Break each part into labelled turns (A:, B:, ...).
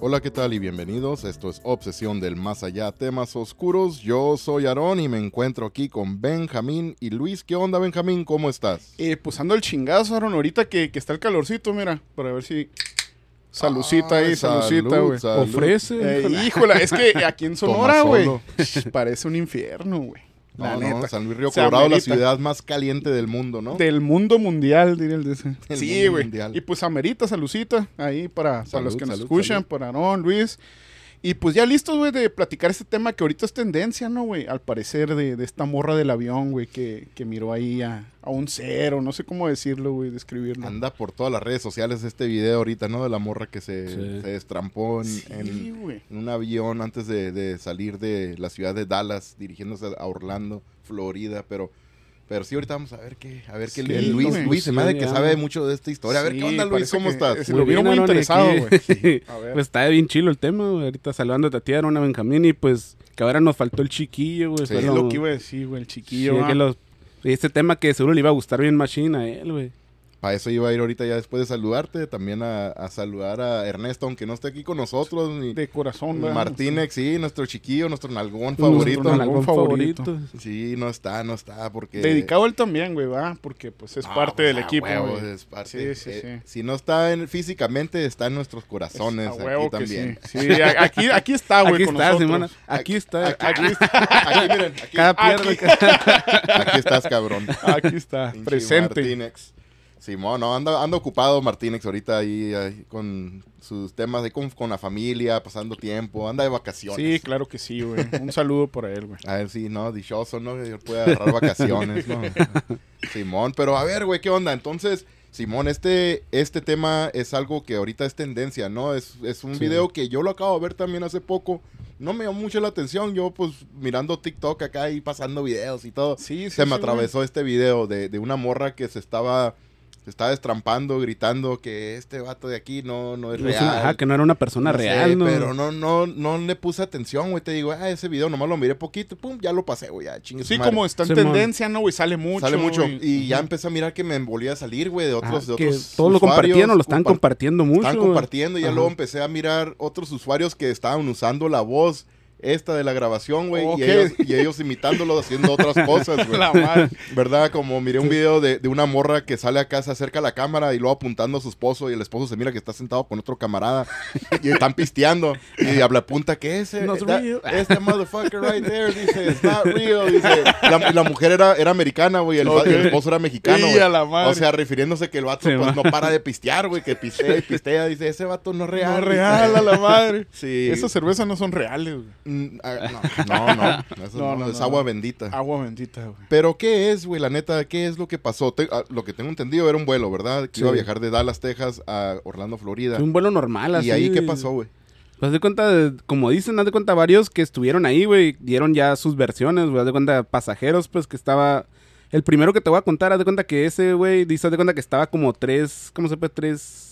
A: Hola, ¿qué tal y bienvenidos? Esto es Obsesión del Más Allá, temas oscuros. Yo soy Aarón y me encuentro aquí con Benjamín y Luis. ¿Qué onda, Benjamín? ¿Cómo estás?
B: Eh, pues ando el chingazo, Aaron, ahorita que, que está el calorcito, mira, para ver si... Salucita
A: Ah,
B: ahí,
A: salud,
B: salucita, güey.
A: salud.
C: Ofrece.
B: Eh, híjola, es que aquí en
A: Toma
B: Sonora, güey,
A: solo.
B: parece un infierno, güey. La
A: No,
B: neta.
A: no, San Luis Río
B: Se
A: Colorado, la
B: amerita.
A: ciudad más caliente del mundo, ¿no?
B: Del mundo mundial, diría el de ese.
A: Del
B: Sí,
A: mundo
B: güey.
A: mundial.
B: Y pues amerita, salucita, ahí para, para
A: Salud,
B: los que nos
A: salud,
B: escuchan,
A: salud.
B: para Aarón, Luis. Y pues ya listos, güey, de platicar este tema que ahorita es tendencia, ¿no, güey? Al parecer de, de esta morra del avión, güey, que, que miró ahí a, a un cero, no sé cómo decirlo, güey, describirlo.
A: Anda por todas las redes sociales este video ahorita, ¿no? De la morra que se,
C: Sí.
A: se destrampó en,
B: Sí,
A: en-
B: güey.
A: en un avión antes de, de salir de la ciudad de Dallas, dirigiéndose a Orlando, Florida, pero... Pero sí, ahorita vamos a ver qué, a ver qué
B: Sí,
A: Luis,
B: güey.
A: Luis, se me hace que
C: Sí,
A: sabe
C: ya.
A: mucho de esta historia. A ver
B: Sí,
A: qué onda, Luis,
B: parece
A: ¿cómo
B: que
A: estás?
B: es- lo vieron muy
C: Aarón, y
B: interesado,
C: aquí-
B: A ver.
C: pues está bien chilo el tema, güey. Ahorita saludándote a ti, Aarón, a Benjamín. Y pues que ahora nos faltó el chiquillo, güey.
A: Sí,
C: Fue
B: es lo que iba a decir, güey, el
C: sí,
B: chiquillo. ah.
C: que los- Este tema que seguro le iba a gustar bien Machine a él, güey.
A: Para eso iba a ir ahorita ya después de saludarte, también a, a saludar a Ernesto, aunque no esté aquí con nosotros, ni
B: De corazón,
A: ni
B: ¿verdad?
A: Martínez, sí, nuestro chiquillo, nuestro nalgón favorito.
C: Nuestro
B: nalgón
C: álbum
B: favorito.
C: favorito.
A: Sí, no está, no está, porque...
B: Dedicado a él también, güey, va, porque pues es
A: No,
B: parte
A: pues,
B: del
A: a
B: equipo.
A: huevos,
B: güey.
A: es parte.
B: Sí, sí,
A: Eh,
B: sí.
A: Si no está en- físicamente, está en nuestros
B: Es-
A: corazones
B: a
A: aquí
B: huevo que
A: también.
B: Sí, Sí, a- aquí, aquí
A: Ah,
B: está, güey,
C: aquí
B: con
C: está,
B: nosotros.
C: Simona. Aquí está.
B: Aquí, está-
A: Aquí, miren, aquí,
C: cada pierna.
B: aquí-
A: aquí estás, cabrón.
B: aquí está,
A: Pinche
B: presente.
A: Martínez. Simón, no, anda, anda ocupado Martínez ahorita ahí, ahí con sus temas de con, con la familia, pasando tiempo, anda de vacaciones.
B: Sí, claro que sí, güey. Un saludo para él, güey.
A: A ver si, no, dichoso, ¿no? Que puede agarrar vacaciones, ¿no? Simón, pero a ver, güey, ¿qué onda? Entonces, Simón, este, este tema es algo que ahorita es tendencia, ¿no? Es, es un
C: Sí.
A: video que yo lo acabo de ver también hace poco. No me llamó mucho la atención, yo pues mirando TikTok acá y pasando videos y todo.
B: Sí, sí,
A: se me
B: sí,
A: atravesó este video de, de una morra que se estaba, se estaba destrampando, gritando que este vato de aquí no, no es
C: Es
A: real.
C: una- ajá, que no era una persona
A: No sé,
C: real, ¿no?
A: Pero no, no, no le puse atención, güey. Te digo, ah, ese video nomás lo miré poquito, pum, ya lo pasé, güey. Ya, chingue
B: güey.
A: su
B: Sí,
A: madre.
B: como está en
C: Simón.
B: tendencia, ¿no, güey? Sale mucho.
A: Sale mucho.
B: güey.
A: Y ya empecé a mirar que me volvía a salir, güey, de otros,
C: Ah,
A: de
C: que
A: otros.
C: todos lo
A: usuarios,
C: compartieron, lo están
A: compar-
C: compartiendo mucho.
A: Están
C: güey.
A: compartiendo y ya
C: Ajá.
A: luego empecé a mirar otros usuarios que estaban usando la voz esta de la grabación, güey.
B: Ok.
A: Y, ellos, y ellos imitándolo haciendo otras cosas, güey.
B: La madre.
A: ¿Verdad? Como miré un video de, de una morra que sale acá, se acerca a la cámara y luego apuntando a su esposo y el esposo se mira que está sentado con otro camarada y están pisteando y habla apunta que ese,
C: Not
A: that-
C: real.
A: este motherfucker right there, dice, it's not real, dice. La, la mujer era, era americana, güey, el, va-
B: Ok.
A: el esposo era mexicano,
B: Y
A: güey.
B: a la madre.
A: O sea, refiriéndose que el vato
C: Sí,
A: pues
C: ma.
A: no para de pistear, güey, que pistea y pistea, dice, ese vato no es real.
B: No
A: dice.
B: real a la madre.
A: Sí.
B: Esas cervezas no son reales, güey.
A: Mm, ah, No, no, no, eso
B: No,
A: no,
B: no,
A: es
B: no,
A: agua
B: no.
A: bendita.
B: Agua bendita, güey.
A: Pero ¿qué es, güey? La neta, ¿qué es lo que pasó? Te- ah, lo que tengo entendido era un vuelo, ¿verdad? Que iba a
C: Sí.
A: viajar de Dallas, Texas a Orlando, Florida.
C: Sí, Un vuelo normal, así.
A: ¿Y ahí qué
C: güey.
A: pasó, güey?
C: Pues haz de cuenta, de- como dicen, haz de cuenta varios que estuvieron ahí, güey, dieron ya sus versiones, güey, haz de cuenta pasajeros, pues que estaba... El primero que te voy a contar, haz de cuenta que ese, güey, dice, haz de cuenta que estaba como tres, ¿cómo se puede? Tres...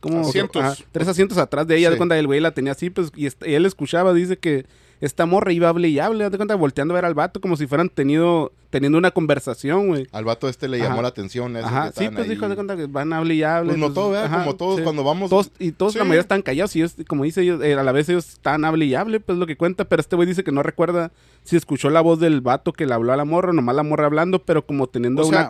C: como
B: Asientos.
C: tres asientos atrás de ella, haz
A: Sí.
C: de cuenta el güey la tenía así, pues, y, est- y él escuchaba, dice que esta morra iba a hablar y hable, haz de cuenta volteando a ver al vato como si fueran tenido, teniendo una conversación, güey.
A: Al vato este le llamó
C: Ajá.
A: la atención. Ese
C: Ajá, sí, pues dijo, haz de cuenta que van a hablar y hable.
A: Pues notó, ¿verdad?
C: ajá,
A: Como todos
C: sí.
A: cuando vamos...
C: Todos- y todos la
B: Sí.
C: mayoría están callados y ellos, como dice ellos, eh, a la vez ellos están hable y hable, pues lo que cuenta, pero este güey dice que no recuerda si escuchó la voz del vato que le habló a la morra, nomás la morra hablando, pero como teniendo
B: O sea,
C: una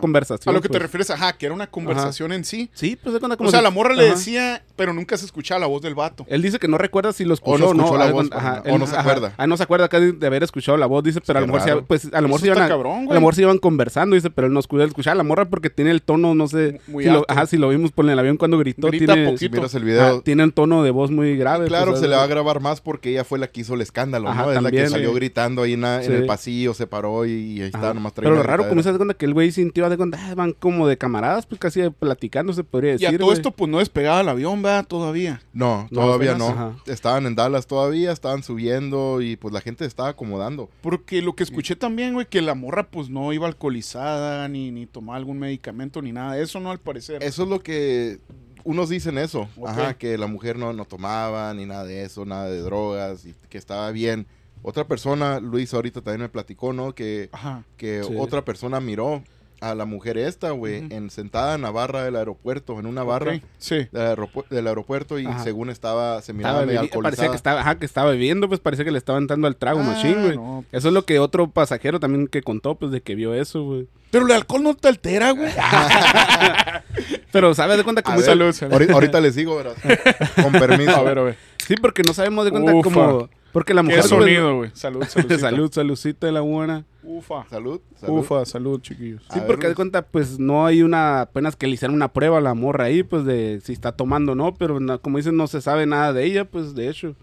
B: A
C: conversación.
B: lo que te
C: pues.
B: refieres, ajá, que era una conversación en sí.
C: Sí, pues de cuenta como
B: O sea,
C: si-
B: la morra le
C: ajá.
B: decía, pero nunca se escuchaba la voz del vato.
C: Él dice que no recuerda si lo escuchó
A: no
C: o no.
A: escuchó la
C: haz de
A: voz,
C: cuenta, ajá,
A: o no
C: él-
A: se
C: ajá,
A: acuerda.
C: Ah, no se acuerda acá de, de haber escuchado la voz, dice, pero a
A: Qué
C: lo mejor sí-
A: raro.
C: pues a lo mejor
B: Eso
C: sí iban
B: está
C: a-
B: cabrón,
C: a
B: güey.
C: lo mejor sí iban conversando, dice, pero él no escuchó, escuchaba a la morra porque tiene el tono, no sé,
B: Muy
C: si lo,
B: alto.
C: ajá, si lo vimos por el avión cuando gritó,
B: Grita
C: tiene,
A: Si
B: poquito.
A: miras el
C: ah,
A: video...
C: tiene un tono de voz muy grave.
A: Claro,
C: pues,
A: se le va a
C: haz de-
A: grabar más porque ella fue la que hizo el escándalo,
C: Ajá,
A: ¿no? Es la que
C: también,
A: salió
C: sí.
A: gritando ahí na- en
C: Sí.
A: el pasillo, se paró y, y ahí está,
C: Ajá.
A: nomás traía
C: Pero lo
A: una
C: raro, como se
A: gritadera.
C: hace cuenta que el güey sintió, haz de cuenta, ah, van como de camaradas, pues casi platicando, se podría
B: Y
C: decir.
B: a todo
C: güey.
B: esto, pues no despegaba el avión, ¿verdad? Todavía.
A: No,
C: No,
A: todavía no.
C: apenas, ajá.
A: Estaban en Dallas todavía, estaban subiendo y pues la gente estaba acomodando.
B: Porque lo que escuché también, güey, que la morra, pues no iba alcoholizada, ni, ni tomaba algún medicamento, ni nada. de Eso no, al parecer.
A: Eso es lo que unos dicen eso,
B: Ok.
A: ajá, que la mujer no, no tomaba ni nada de eso, nada de drogas, y que estaba bien. Otra persona, Luis ahorita también me platicó, ¿no? Que,
B: Ajá.
A: que
C: Sí.
A: otra persona miró a la mujer esta, güey, en, sentada en la barra del aeropuerto, en una barra
B: Ok, Sí.
A: del, aeropu- del aeropuerto y
C: Ajá.
A: según estaba, se miraba
C: Estaba
A: medio
C: bebi- parecía que
A: alcoholizada.
C: estaba, ajá, que estaba bebiendo, pues parecía que le estaban dando al trago
B: Ah,
C: machín, güey.
B: no,
C: Eso es lo que otro pasajero también que contó, pues de que vio eso, güey.
B: Pero el alcohol no te altera, güey.
C: Pero sabes de cuenta como
A: A ver,
C: esa-
B: salud, salud.
A: ahori- Ahorita les digo, verás. Con permiso.
B: a ver, a ver.
C: Sí, porque no sabemos de cuenta
B: Ufa.
C: como porque la mujer
B: Qué
C: pues,
B: sonido, güey. Salud, saludcita.
C: salud, saludcita de la buena.
B: Ufa.
A: Salud. salud.
B: Ufa, salud, chiquillos.
A: A
C: Sí,
A: ver,
C: porque haz de
A: Luis.
C: cuenta, pues no hay una, apenas que le hicieron una prueba a la morra ahí, pues de si está tomando o no, pero no- como dicen, no se sabe nada de ella, pues de hecho.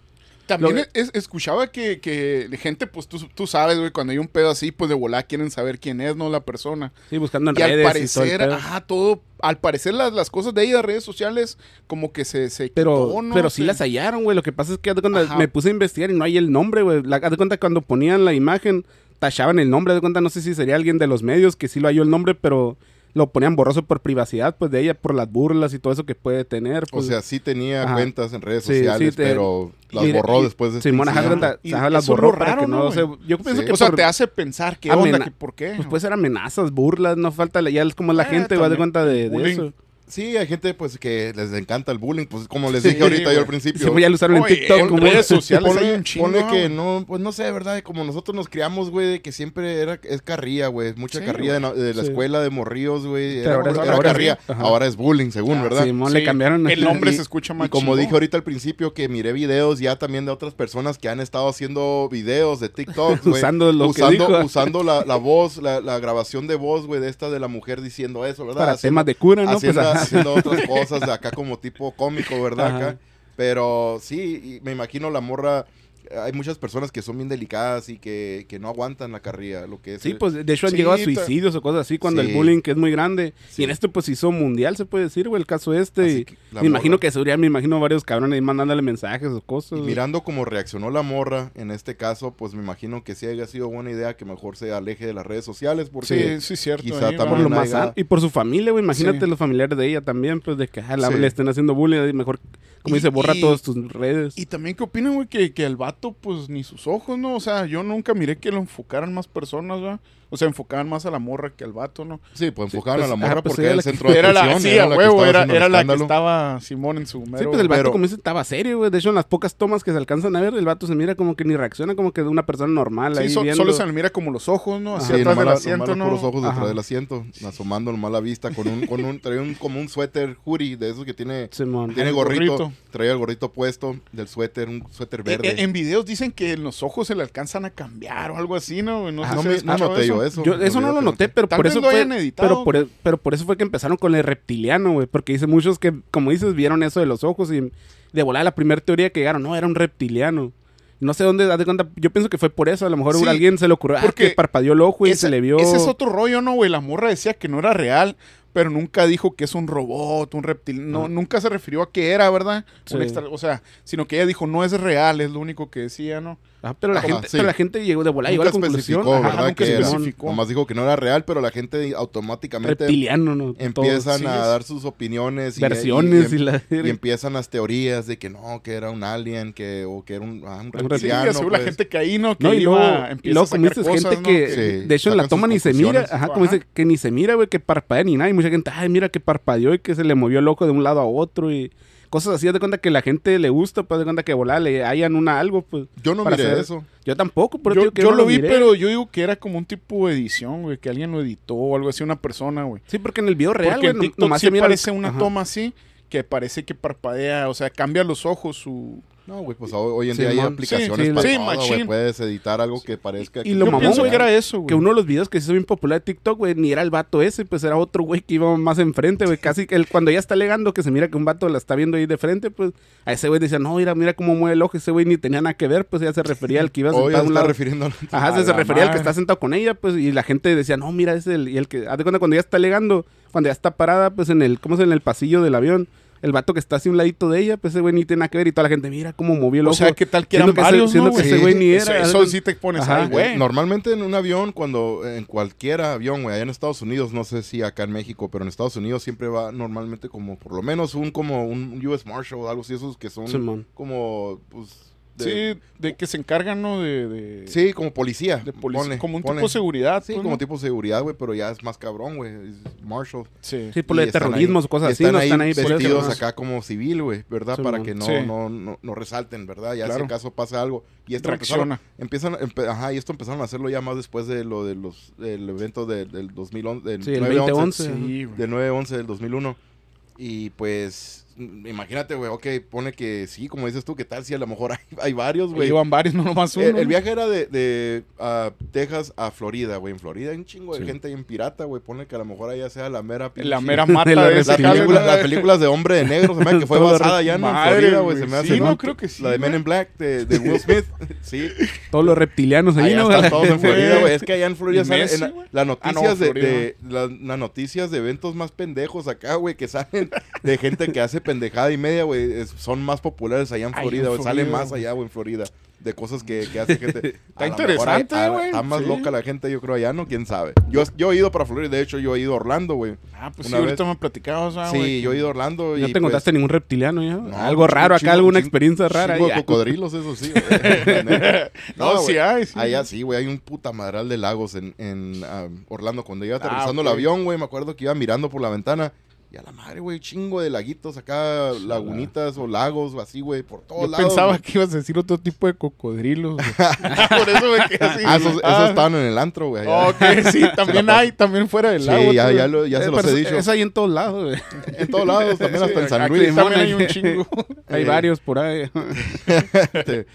B: También
C: Lo-
B: es- escuchaba que, que la gente, pues tú, tú sabes, güey, cuando hay un pedo así, pues de volar quieren saber quién es, ¿no? La persona.
C: Sí, buscando en
B: Y al
C: redes y todo el
B: parecer,
C: pedo.
B: ajá, todo, al parecer las, las cosas de ellas, redes sociales, como que se, se
C: Pero,
B: quitó, ¿no?
C: pero sí
B: Se-
C: las hallaron, güey. Lo que pasa es que haz de cuenta,
B: Ajá.
C: me puse a investigar y no hay el nombre, güey. La- Haz de cuenta cuando ponían la imagen, tachaban el nombre. Haz de cuenta, no sé si sería alguien de los medios que sí lo halló el nombre, pero lo ponían borroso por privacidad, pues de ella, por las burlas y todo eso que puede tener.
A: O
C: pues.
A: sea, sí tenía
C: Ajá.
A: cuentas en redes
C: Sí, sí,
A: sociales,
C: te-
A: pero las
C: Mira,
A: borró
C: y-
A: después de este
C: Simón, ajá, haz de
A: incidente.
C: cuenta,
B: Y
C: ajá, las
B: eso es lo
C: borró para
B: raro,
C: que
B: ¿no,
C: no se-
B: güey?
C: Yo pienso
A: Sí.
C: que
B: O sea,
C: por-
B: te hace pensar qué
C: Amena-
B: onda, que por qué.
C: Pues puede ser amenazas, burlas, no falta la- ya es como la
B: Ah,
C: gente, güey, haz de
B: también.
C: cuenta de, de
B: Bullying.
C: eso.
A: Sí, hay gente pues que les encanta el bullying, pues como les
B: Sí,
A: dije ahorita
B: güey.
A: yo al principio.
C: Siempre ya lo usaron en
B: Oye,
C: TikTok
B: en
C: como
B: redes
A: Y
B: sociales.
A: ponle,
B: hay un chingo,
A: ponle que
B: güey.
A: no, pues no sé, ¿verdad? Como nosotros nos criamos, güey, de que siempre era, es carrilla, güey. Mucha
B: Sí,
A: carrilla de, la- de la
C: Sí.
A: escuela de morrillos, güey.
C: Pero
A: Era,
C: ahora es-
A: era
C: ahora es-
A: carrilla.
C: ajá. Ah,
A: Ahora es bullying, según, ¿verdad?
C: Simón
B: Sí,
C: le cambiaron
B: El nombre
A: Y-
B: se escucha más
A: Y como
B: chingón.
A: dije ahorita al principio que miré videos ya también de otras personas que han estado haciendo videos de TikTok, güey.
C: Usando lo que
A: usando,
C: dijo.
A: usando la, la voz, la, la grabación de voz, güey, de esta de la mujer diciendo eso, ¿verdad?
C: para
A: Haciendo-
C: temas de cura, ¿no? Pues,
A: haciendo, haciendo
C: ajá.
A: otras cosas de acá como tipo cómico, ¿verdad?
C: Ajá.
A: Acá. Pero sí, y me imagino la morra. Hay muchas personas que son bien delicadas y que, que no aguantan la carrilla, lo que es.
C: Sí,
A: eh,
C: pues de hecho han
B: Sí,
C: llegado a
B: ta-
C: suicidios o cosas así cuando
A: Sí.
C: el bullying que es muy grande.
A: Sí.
C: Y en esto pues hizo mundial, se puede decir, güey, el caso este.
A: Así
C: y
A: que la
C: me imagino
A: morra-
C: que seguridad, me imagino varios cabrones ahí mandándole mensajes o
A: y
C: cosas.
B: uh,
C: güey.
A: mirando cómo reaccionó la morra en este caso, pues me imagino que sí haya sido buena idea que mejor se aleje de las redes sociales porque
B: Sí, sí, cierto.
A: quizá
B: ahí,
A: también
C: por
B: ¿no?
C: lo
A: no hay
C: más
A: nada.
C: san- y por su familia, güey, imagínate
B: Sí.
C: los familiares de ella también, pues de que ajá, la-
A: Sí.
C: le estén haciendo bullying, y mejor, como
B: Y-
C: dice, borra
B: y-
C: todas tus redes.
B: Y también, ¿qué opinan, güey? Que, que el vato, pues, ni sus ojos, ¿no? O sea, yo nunca miré que lo enfocaran más personas, ¿va? O sea, enfocaban más a la morra que al vato, ¿no?
A: sí, pues enfocaron
C: pues,
A: a la
C: ah,
A: morra
C: pues,
A: porque era
C: era
A: el
C: la que-
A: centro de
B: Era la,
A: atención,
B: sí, a
A: la que
B: huevo,
A: estaba
B: era,
A: haciendo el
B: era la que
A: escándalo.
B: estaba Simón en su
C: Sí,
B: mero...
C: pues el vato
A: pero-
C: como dice estaba serio, güey. De hecho, en las pocas tomas que se alcanzan a ver, el vato se mira como que ni reacciona, como que de una persona normal
B: Sí,
C: ahí
B: so-
C: viendo.
B: solo se le mira como los ojos, ¿no? Hacia
A: Sí,
B: atrás
A: nomás
B: del
A: la-
B: asiento,
A: nomás
B: ¿no?
A: los puros ojos detrás
C: Ajá.
A: del asiento, asomando nomás la vista con un, con un, traía un, como un suéter hoodie de esos que tiene,
C: Simón.
A: tiene
B: el
A: gorrito,
B: gorrito.
A: traía el gorrito puesto del suéter, un suéter
B: Eh, eh,
A: verde.
B: En, videos dicen que los ojos se le alcanzan a cambiar o algo así, ¿no? güey? No,
A: Ah,
B: sé
A: no
B: si
A: me
B: has escuchado
A: no noté yo eso.
C: Yo eso no lo
A: Olvídate,
C: noté, pero
B: Tal
C: por
B: vez
C: eso
B: lo
C: fue,
B: hayan editado.
C: pero por, e, pero por eso fue que empezaron con el reptiliano, güey, porque dice muchos que como dices vieron eso de los ojos y de volada la primera teoría que llegaron, no, era un reptiliano. No sé dónde, haz de cuenta, yo pienso que fue por eso, a lo mejor
B: Sí,
C: alguien se le ocurrió, ah,
B: porque
C: que parpadeó el ojo y
B: Ese-
C: se le vio.
B: Ese es otro rollo, ¿no, güey? La morra decía que no era real, pero nunca dijo que es un robot, un reptil. No,
C: Ah.
B: Nunca se refirió a que era, ¿verdad? Un
C: Sí.
B: extra- o sea, sino que ella dijo, no es real, es lo único que decía, ¿no?
C: Ah, pero, la
A: Ajá,
C: gente,
A: sí.
C: pero la gente llegó de volada, llegó a la
A: Nunca
C: conclusión.
A: especificó,
C: ajá,
A: ¿verdad?
C: nunca
A: que era.
B: especificó.
A: Nomás dijo que no era real, pero la gente automáticamente
C: reptiliano, ¿no?
A: empiezan
C: Todos,
A: a
C: sí,
A: dar sus opiniones y,
C: versiones y,
A: y, y-
C: la
A: y empiezan las teorías de que no, que era un alien, que o que era un, ah, un
C: reptil.
B: Sí,
A: reptiliano.
B: seguro la
A: pues.
B: gente que ahí, ¿no? Que
C: No, y
B: iba,
C: luego, y
B: empieza
C: luego
B: a sacar
C: como dices,
B: cosas,
C: gente
B: ¿no?
C: que,
A: Sí.
C: de hecho, en la
A: sacan
C: toma
A: sus
C: ni se mira,
A: conclusiones.
C: ajá, como
B: Ajá.
C: dice, que ni se mira, güey, que parpadea ni nada, y mucha gente, ay, mira que parpadeó y que se le movió el ojo de un lado a otro y cosas así, haz de cuenta que la gente le gusta, pues, haz de cuenta que volar le hayan una algo, pues,
A: Yo no
C: para
A: miré
C: hacer-
A: eso.
C: yo tampoco, pero
B: yo
C: tío, que
B: yo
C: no
B: lo vi,
C: miré.
B: pero yo digo que era como un tipo de edición, güey, que alguien lo editó o algo así, una persona, güey.
C: Sí, porque en el video real,
B: Porque
C: güey,
B: en
C: no-
B: TikTok
C: nomás
B: sí
C: se mira...
B: parece una
C: ajá.
B: toma así, que parece que parpadea, o sea, cambia los ojos, su...
A: No, güey, pues hoy hoy en día hay
C: Simón.
A: aplicaciones
C: Sí, sí,
A: para
B: sí,
A: todo,
B: machín.
A: güey. Puedes editar algo que parezca...
C: Y-
A: que
C: y lo
B: yo
A: sea
C: mamón,
B: pienso
A: real.
C: güey,
B: que era eso, güey.
C: Que uno de los videos que se hizo bien popular de TikTok, güey, ni era el vato ese, pues era otro güey que iba más enfrente, güey. Casi que él, cuando ya está alegando que se mira que un vato la está viendo ahí de frente, pues a ese güey decía, no, mira, mira cómo mueve el ojo, ese güey ni tenía nada que ver, pues ya se refería al que iba
A: Hoy
C: sentado a
A: ya se
C: un
A: está
C: lado.
A: refiriendo a-
C: Ajá,
B: A
C: se, se
B: la
C: refería al que
B: madre.
C: está sentado con ella, pues, y la gente decía, no, mira, es el, y el que, haz de cuenta, cuando ya está alegando, cuando ya está parada, pues, en el, ¿cómo se En el pasillo del avión, el vato que está así a un ladito de ella, pues, ese güey ni tiene nada que ver, y toda la gente, mira cómo movió el
B: O
C: ojo.
B: sea, ¿qué tal que
C: Siendo
B: eran
C: que ese-
B: varios,
C: siendo
B: no,
C: que ese güey ni era.
B: Eso, eso sí te pones
C: Ajá.
B: ahí, güey.
A: Eh, Normalmente en un avión, cuando eh, en cualquier avión, güey, allá en Estados Unidos, no sé si acá en México, pero en Estados Unidos siempre va normalmente como por lo menos un como un US Marshal, algo así, esos que son
C: Simón.
A: como pues de-
B: sí, de que se encargan, ¿no? De, de,
A: sí, como policía.
B: de polic-
A: ponle,
B: como un
A: ponle.
B: tipo de seguridad.
A: Sí,
B: pues,
A: como
B: ¿no?
A: tipo de seguridad, güey, pero ya es más cabrón, güey. es Marshall.
B: Sí.
C: Sí, por lo
A: Y
C: de
A: están
C: terrorismo
A: ahí-
C: o cosas
A: y
C: así, no están ahí por eso,
A: vestidos
C: ¿no?
A: acá como civil, güey, ¿verdad?
C: Sí,
A: Para
C: mon.
A: que no,
B: Sí.
A: no, no, no resalten, ¿verdad? Ya si
B: Claro.
A: acaso pasa algo. Y esto empezaron,
B: Reacciona.
A: empiezan, empe- ajá, y esto empezaron a hacerlo ya más después de lo de los del evento de- del 2011, del
C: Sí, el
A: 9/11,
C: 2011.
B: Sí, güey.
A: del 9-11 del 2001. Y pues, m- imagínate, güey, ok, pone que sí, como dices tú, ¿qué tal si a lo mejor hay, hay varios, pues, güey?
B: Iban varios, no nomás uno.
A: El, el
B: ¿no?
A: viaje era de, de, ah, Texas a Florida, güey. En Florida hay un chingo de
C: Sí.
A: gente ahí en pirata, güey. Pone que a lo mejor allá sea la mera
B: La
A: pinche-
B: mera mata
C: De la
B: de
A: las
B: ese
C: reptilia.
B: jale,
A: películas,
B: ¿no?
A: las películas de hombre de negro se me hace que fue
C: Todo
A: basada
C: re-
A: ya en
B: Madre,
A: Florida, güey.
B: güey.
A: Se me hace.
B: Sí,
A: ¿no?
B: no, creo que sí.
A: La de Men
B: güey.
A: in Black de, de Will Smith. Sí.
C: Todos los reptilianos ahí,
A: Allá
C: ¿no?
A: están todos en Florida, güey. Es que allá en Florida
B: Y
A: salen
B: Messi,
A: en la-
B: güey.
A: las
B: Ah, no,
A: noticias de,
B: Florida.
A: de- las- las noticias de eventos más pendejos acá, güey, que salen de gente que hace pendejada y media, güey. es- Son más populares allá en
B: Allá en
A: Florida, güey. Salen
B: Florida,
A: más
B: güey.
A: allá, güey, en Florida. De cosas que, que hace gente. A lo mejor
B: interesante,
A: hay- a-
B: güey.
A: Está más
B: Sí.
A: loca la gente, yo creo, allá, ¿no? ¿Quién sabe? Yo, yo he ido para Florida, de hecho, yo he ido a Orlando, güey.
B: Ah, pues sí,
A: Una
B: ahorita me platicabas, ah,
A: sí,
B: güey, que-
A: yo he ido a Orlando y
C: No te
A: pues,
C: encontraste ningún reptiliano, ¿ya?
A: no, pues
C: Algo
A: un
C: raro
A: chingo,
C: acá, alguna
A: chingo,
C: experiencia rara.
A: chingo de
C: ahí.
A: cocodrilos, eso sí. güey. La neta.
B: No, sí
A: güey.
B: hay, sí.
A: Allá sí, güey, hay un puta madral de lagos en, en um, Orlando. Cuando iba
B: Ah,
A: aterrizando
B: ok.
A: el avión, güey, me acuerdo que iba mirando por la ventana. Y a la madre, güey, chingo de laguitos acá, lagunitas o lagos, o así, güey, por todos
B: Yo
A: lados.
B: pensaba
A: güey.
B: que ibas a decir otro tipo de cocodrilos. güey. Ah, Por eso me quedé así.
A: Ah, esos, esos
B: Ah,
A: estaban en el antro, güey. allá.
B: Ok, sí, también hay, también fuera del
A: Sí,
B: agua.
A: ya,
B: tú,
A: ya, lo- ya se
C: Eh,
A: los
C: pero
A: he
C: eso-
A: dicho.
C: Eso hay en todos lados, eh. güey.
A: En todos lados, también hasta en San
B: aquí
A: Luis.
B: también
C: Simón,
B: hay un
C: ahí.
B: chingo.
C: Hay
A: Eh.
C: varios por ahí. Ah,
A: Este,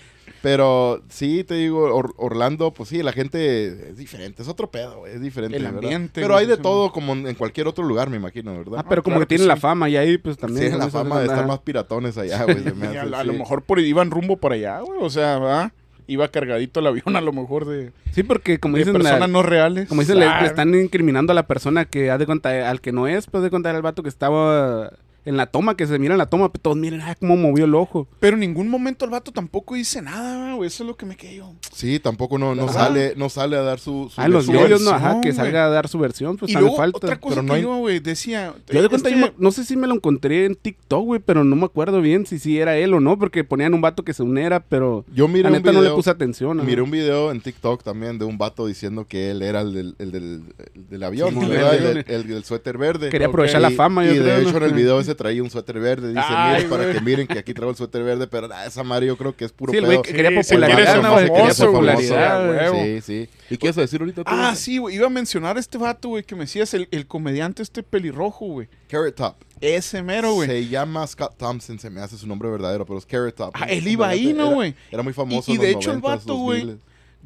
A: pero sí, te digo, Or- Orlando, pues sí, la gente es diferente, es otro pedo, güey, es diferente.
B: El
A: ¿verdad?
B: ambiente,
A: Pero
B: güey,
A: hay de
B: sí,
A: todo, como en en cualquier otro lugar, me imagino, ¿verdad?
C: Ah, pero como
B: claro
C: que
B: que
C: tienen
B: sí.
C: la fama y ahí, pues también.
A: Tienen
C: son
A: la
C: esas
A: fama de estar
C: ondas.
A: más piratones allá, güey. se me
B: Y a,
A: hace,
B: a lo
A: sí.
B: mejor por iban rumbo para allá, güey. O sea, ¿verdad? iba cargadito el avión a lo mejor de,
C: Sí, porque como
B: de
C: dicen,
B: personas
C: la-
B: no reales.
C: como dicen le,
B: Ah,
C: le están incriminando a la persona que haz de cuenta, al que no es, pues haz de cuenta era el vato que estaba en la toma, que se mira en la toma, pues, todos miren, ah, cómo movió el ojo.
B: Pero en ningún momento el vato tampoco dice nada, güey. Eso es lo que me quedé yo.
A: Sí, tampoco no, no
B: Ajá.
A: sale no sale a dar su. su
C: Ah, en los
A: su-
C: medios, no,
B: versión,
C: ajá, que
B: güey.
C: salga a dar su versión, pues
B: y
C: también
B: luego
C: falta.
B: otra cosa
A: pero
B: que
A: no hay-
B: yo, güey, decía...
C: Yo de cuenta,
B: este-
C: yo me- no sé si me lo encontré en TikTok, güey, pero no me acuerdo bien si sí era él o no, porque ponían un vato que se unera, pero
A: Yo miré
C: la
A: un
C: neta
A: video.
C: no le puse atención. ajá.
A: miré un video en TikTok también de un vato diciendo que él era el del, el del, el del avión,
C: Simón,
A: ¿verdad?
C: el
A: El,
C: avión.
A: del- el del suéter verde.
C: Quería aprovechar la fama,
A: Y,
C: yo
A: y
C: creo,
A: de
C: ¿no?
A: hecho en el video se traía un suéter verde. Dice,
B: Ay,
A: miren, para
B: güey.
A: que miren que aquí traigo el suéter verde, pero ah, esa madre yo creo que es puro
C: Sí, el güey
A: pedo.
C: que quería
B: Sí, se
A: Porque
B: quiere
C: popularidad,
B: ser
A: era
C: ¿no? güey?
B: famoso,
C: Quería
A: famoso,
C: popularidad, güey.
B: güey.
A: Sí, sí. ¿Y qué ibas a decir ahorita tú?
B: Ah, sí, güey. Iba a mencionar a este vato, güey, que me decías, el, el comediante este pelirrojo, güey.
A: Carrot Top.
B: Ese mero, güey.
A: Se llama Scott Thompson, se me hace su nombre verdadero, pero es Carrot Top.
B: Ah, él iba ahí,
A: Era-
B: ¿no, güey?
A: Era muy famoso.
B: Y- y
A: en
B: de
A: los
B: hecho el
A: 90s,
B: vato, güey,
A: 2000s.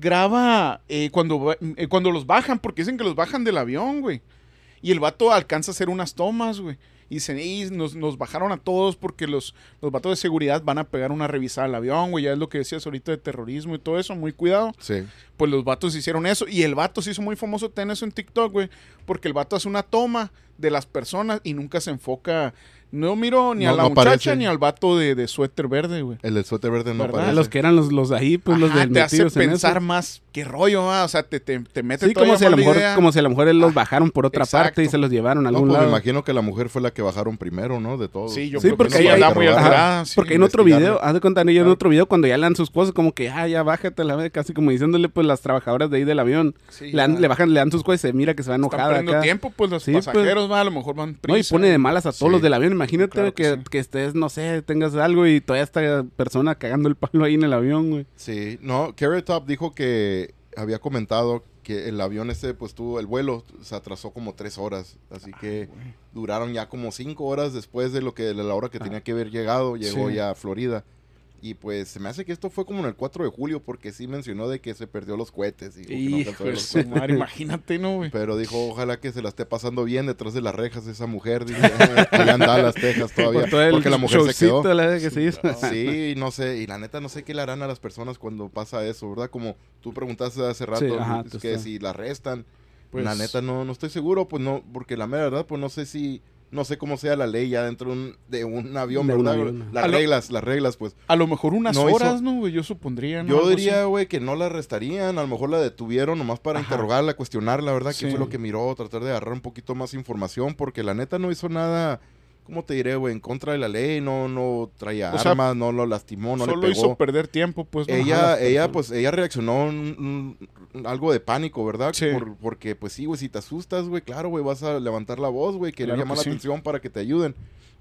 B: Graba eh, cuando, va- eh, cuando los bajan, porque dicen que los bajan del avión, güey. Y el vato alcanza a hacer unas tomas, güey. Y dicen, y nos, nos bajaron a todos porque los, los vatos de seguridad van a pegar una revisada al avión, güey. Ya es lo que decías ahorita de terrorismo y todo eso, muy cuidado.
A: Sí.
B: pues los vatos hicieron eso. Y el vato se hizo muy famoso ten eso en TikTok, güey. Porque el vato hace una toma de las personas y nunca se enfoca. No miro ni a
A: No-
B: la
A: no
B: muchacha
A: aparece.
B: ni al vato de, de suéter verde, güey.
A: El del suéter verde no
B: ¿Verdad?
A: aparece.
C: Ah, los que eran los, los ahí, pues los
B: Ajá,
C: del
B: te hace
C: metidos en eso.
B: pensar más qué rollo, va? o sea, te, te, te mete
C: Sí,
B: todavía
C: como si, a
B: más la
C: lo mejor,
B: idea.
C: como si a lo mejor él los bajaron por otra
B: exacto.
C: parte y se los llevaron a
A: No,
C: algún
A: pues me
C: lado.
A: imagino que la mujer fue la que bajaron primero, ¿no? De todos.
B: Oh, Sí, yo
C: Sí,
B: creo
C: porque
B: que
C: ahí-
B: sí, andaba muy
A: ahí-
B: alterada, sí.
C: Porque en otro
A: investigarlo.
C: video, haz de contar, yo en
B: Claro.
C: otro video, cuando ya le dan sus cosas, como que, ah, ya bájate, la ve", casi como diciéndole, pues las trabajadoras de ahí del avión,
B: Sí,
C: le, dan-
B: ya.
C: le bajan, le dan sus cosas y se mira que se va
B: Están
C: enojada.
B: perdiendo
C: acá.
B: tiempo, pues los
C: Sí, pues.
B: pasajeros, va, a lo mejor van
C: No, y
B: prisa.
C: pone de malas a todos
A: Sí.
C: los del avión. Imagínate
B: Claro
C: que,
B: que sí.
C: que, estés, no sé, tengas algo y toda esta persona cagando el palo ahí en el avión, güey.
A: Sí, no, Carrot Top dijo que había comentado que el avión este, pues tuvo, el vuelo se atrasó como tres horas, así que duraron ya como cinco horas después de lo que de la hora que
C: Ah.
A: tenía que haber llegado, llegó
B: Sí.
A: ya a Florida. Y pues se me hace que esto fue como en el 4 de julio, porque sí mencionó de que se perdió los cohetes. Y dijo que no alcanzó
B: Hijo
A: a ver
B: de
A: los
B: su madre, imagínate, ¿no, güey?
A: Pero dijo, ojalá que se la esté pasando bien detrás de las rejas esa mujer. Dice, allá en Dallas, Texas todavía.
C: Por todo el
A: Porque la mujer se
C: showcito,
A: quedó.
C: la verdad que se hizo.
A: Sí, no sé. Y la neta, no sé qué le harán a las personas cuando pasa eso, ¿verdad? Como tú preguntaste hace rato,
C: ajá,
A: es
C: tú
A: que
C: está.
A: si la arrestan.
B: Pues-
A: la neta, no, no estoy seguro, pues no, porque la mera verdad, pues no sé si. No sé cómo sea la ley ya dentro un- de un avión,
C: De un
A: ¿verdad?
C: avión.
A: Las
B: A lo-
A: reglas, las reglas, pues.
B: A lo mejor unas
A: No hizo-
B: horas, ¿no, güey? Yo supondría, ¿no? pues
A: Yo
B: Algo así.
A: diría, güey, que no la arrestarían, a lo mejor la detuvieron nomás para
B: Ajá.
A: interrogarla, cuestionarla, ¿verdad? ¿Qué
B: Sí.
A: fue lo que miró? Tratar de agarrar un poquito más información, porque la neta no hizo nada, ¿cómo te diré, güey? En contra de la ley, no, no traía
B: O sea,
A: armas, no lo lastimó, no
B: Solo
A: le pegó.
B: hizo perder tiempo, pues. ¿no?
A: ella,
B: Ajá.
A: ella, pues, ella reaccionó en- en algo de pánico, ¿verdad?
B: Sí.
A: Por- porque, pues sí, güey, si te asustas, güey, claro, güey, vas a levantar la voz, güey, querer
B: Claro que
A: llamar la
B: sí.
A: atención para que te ayuden.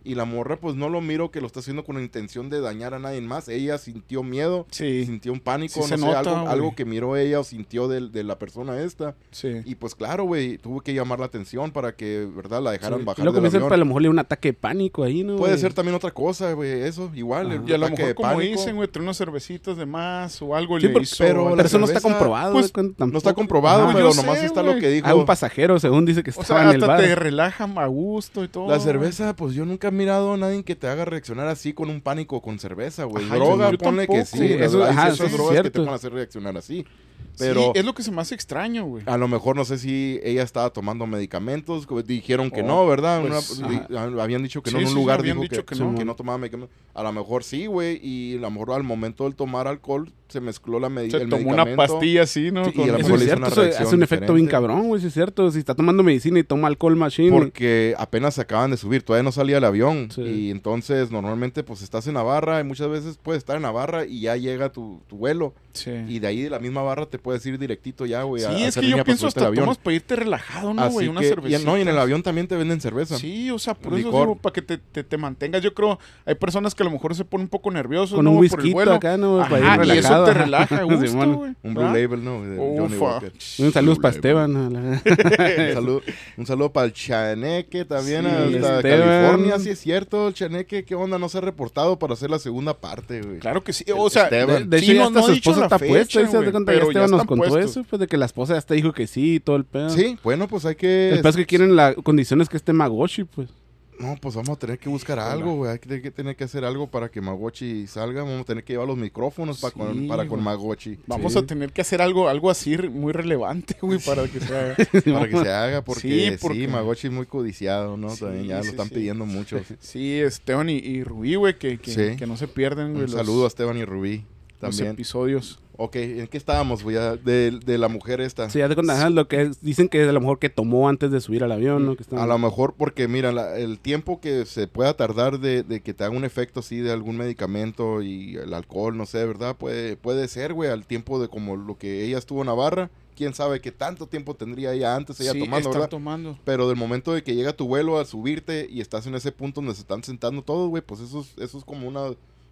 A: Y la morra, pues, no lo miro que lo está haciendo con la intención de dañar a nadie más. Ella sintió miedo,
B: Sí,
A: sintió un pánico,
B: Sí
A: no
B: se
A: sé,
B: nota,
A: algo,
B: güey.
A: algo que miró ella o sintió del- de, la persona esta.
B: sí.
A: Y, pues, claro, güey, tuvo que llamar la ación para que, ¿verdad?, la dejaran
C: Sí. Y
A: bajar
C: luego
A: del
C: me dicen,
A: avión.
C: pues, a lo mejor le dio un ataque de pánico ahí, ¿no?
A: Puede
C: güey?
A: ser también otra cosa, güey, eso, igual.
C: Ajá.
A: el
B: Ah, Y a lo
A: ataque de
B: mejor, como
A: pánico.
B: dicen, güey, trae unas cervecitas de más o algo
C: Sí,
B: le
C: porque-
B: hizo.
A: pero
B: algo.
C: Pero
A: la
C: eso no está
A: cerveza,
C: comprobado,
B: pues,
C: güey,
A: No está
C: tampoco.
A: comprobado,
B: Ajá.
A: pero
B: Yo
A: nomás
B: sé,
A: está lo
B: güey.
A: que dijo.
C: A un pasajero, según dice que
B: O
C: estaba
B: sea,
C: en el
B: hasta
C: bar.
B: te relaja a gusto y todo.
A: La cerveza, pues yo nunca he mirado a nadie que te haga reaccionar así con un pánico con cerveza, güey.
B: Ajá,
A: Droga,
B: yo- yo
A: ponle que
B: tampoco,
A: sí.
C: güey.
A: la
C: Eso-
A: verdad,
C: ajá,
A: hay ciertas
C: eso es
A: drogas que te
C: cierto.
A: pueden hacer reaccionar así.
B: Sí,
A: Pero
B: es lo que se me hace extraño, güey.
A: a lo mejor no sé si ella estaba tomando medicamentos. como Dijeron que
B: Oh,
A: no, ¿verdad?
B: pues,
A: Una- di- habían dicho que no
B: Sí,
A: en un
B: sí, sí,
A: lugar.
B: habían
A: dijo
B: dicho
A: que,
B: que no.
A: que no tomaba medicamentos. A lo mejor sí, güey. Y a lo mejor al momento del tomar alcohol se mezcló la medi-
B: Se
A: el
B: tomó
A: medicamento.
B: una pastilla así, ¿no?
A: Sí, y
B: Con-
A: a lo mejor
C: Eso es
A: le hizo
C: cierto,
A: una
C: eso hace un
A: reacción
C: efecto bien
A: diferente.
C: cabrón, güey, sí es cierto. Si está tomando medicina y toma alcohol machine,
A: Porque apenas se acaban de subir, todavía no salía el avión.
C: Sí.
A: Y entonces normalmente pues estás en la barra y muchas veces puedes estar en la barra y ya llega tu, tu vuelo.
B: Sí.
A: Y de ahí de la misma barra te puedes ir directito ya, güey.
B: Sí,
A: a- a
B: es
A: hacer
B: que yo
A: línea para
B: pienso
A: subirte al
B: hasta
A: avión.
B: tomas para irte relajado, ¿no,
A: Así
B: güey? Una
A: que- y en-
B: cervecita.
A: no, y en el avión también te venden cerveza.
B: Sí, o sea, por eso
A: Licor.
B: digo, para que te, te, te mantengas. Yo creo, hay personas que a lo mejor se ponen un poco nerviosos,
C: con
B: ¿no?
C: un
B: güey, por el
C: whisky
B: vuelo.
C: acá, ¿no?
B: Ajá,
C: Para ir
B: y eso
C: relajado,
B: te
C: ajá.
B: relaja a gusto,
C: Simón.
B: güey.
A: Un Blue
B: ¿verdad?
A: Label, ¿no? De Johnny
B: ¿Ah? Ufa.
A: Walker.
C: Un saludo
A: Blue
C: para
A: Label.
C: Esteban. a la-
A: un, saludo, un saludo para el Chaneque también
C: Sí,
A: hasta
B: este
C: Esteban.
A: California. Sí, es cierto, el Chaneque, ¿qué onda? No se ha reportado para hacer la segunda parte, güey.
B: Claro que sí. O sea,
A: Esteban.
C: De, de hecho,
B: sí,
C: ya
B: no-
C: hasta
B: no
C: su
B: ha dicho
C: esposa
B: la
C: está
B: fecha,
C: puesta. Y se
B: güey,
C: hace cuenta que
B: pero ya
C: Esteban nos
B: están
C: contó
B: puestos.
C: eso, pues de que la esposa hasta dijo que sí y todo el pedo.
A: Sí, bueno, pues hay que...
C: El pedo es que quieren las condiciones que esté Magoshi, pues.
A: No, pues vamos a tener que buscar algo, güey. Hay que, hay que tener que hacer algo para que Magochi salga. Vamos a tener que llevar los micrófonos pa' con-
B: Sí,
A: para con
B: güey.
A: Magochi.
B: Vamos
C: Sí.
B: a tener que hacer algo, algo así re- muy relevante, güey, para que sea.
A: Para que se haga, porque sí,
B: Sí, porque-
A: Magochi es muy codiciado, ¿no?
B: Sí,
A: También ya lo
B: sí,
A: están
B: sí.
A: pidiendo mucho.
B: Sí, Esteban y, y Rubí, güey, que, que,
A: Sí.
B: que no se pierden, güey.
A: Un
B: los-
A: saludo a Esteban y Rubí
B: los
A: también.
B: episodios.
A: Ok, ¿en qué estábamos, güey? Ya De, de la mujer
B: Ah.
A: esta.
C: Sí, ya te cuenta, ajá, lo que es- dicen que es a lo mejor que tomó antes de subir al avión, ¿no? Que está-
A: A lo mejor porque, mira, la- el tiempo que se pueda tardar de, de que te haga un efecto así de algún medicamento y el alcohol, no sé, ¿verdad? Puede, puede ser, güey, al tiempo de como lo que ella estuvo en Navarra. Quién sabe qué tanto tiempo tendría ella antes ella
B: sí,
A: tomando,
B: están
A: ¿verdad?
B: tomando.
A: Pero del momento de que llega tu vuelo a subirte y estás en ese punto donde se están sentando todos, güey, pues eso es, eso es como una,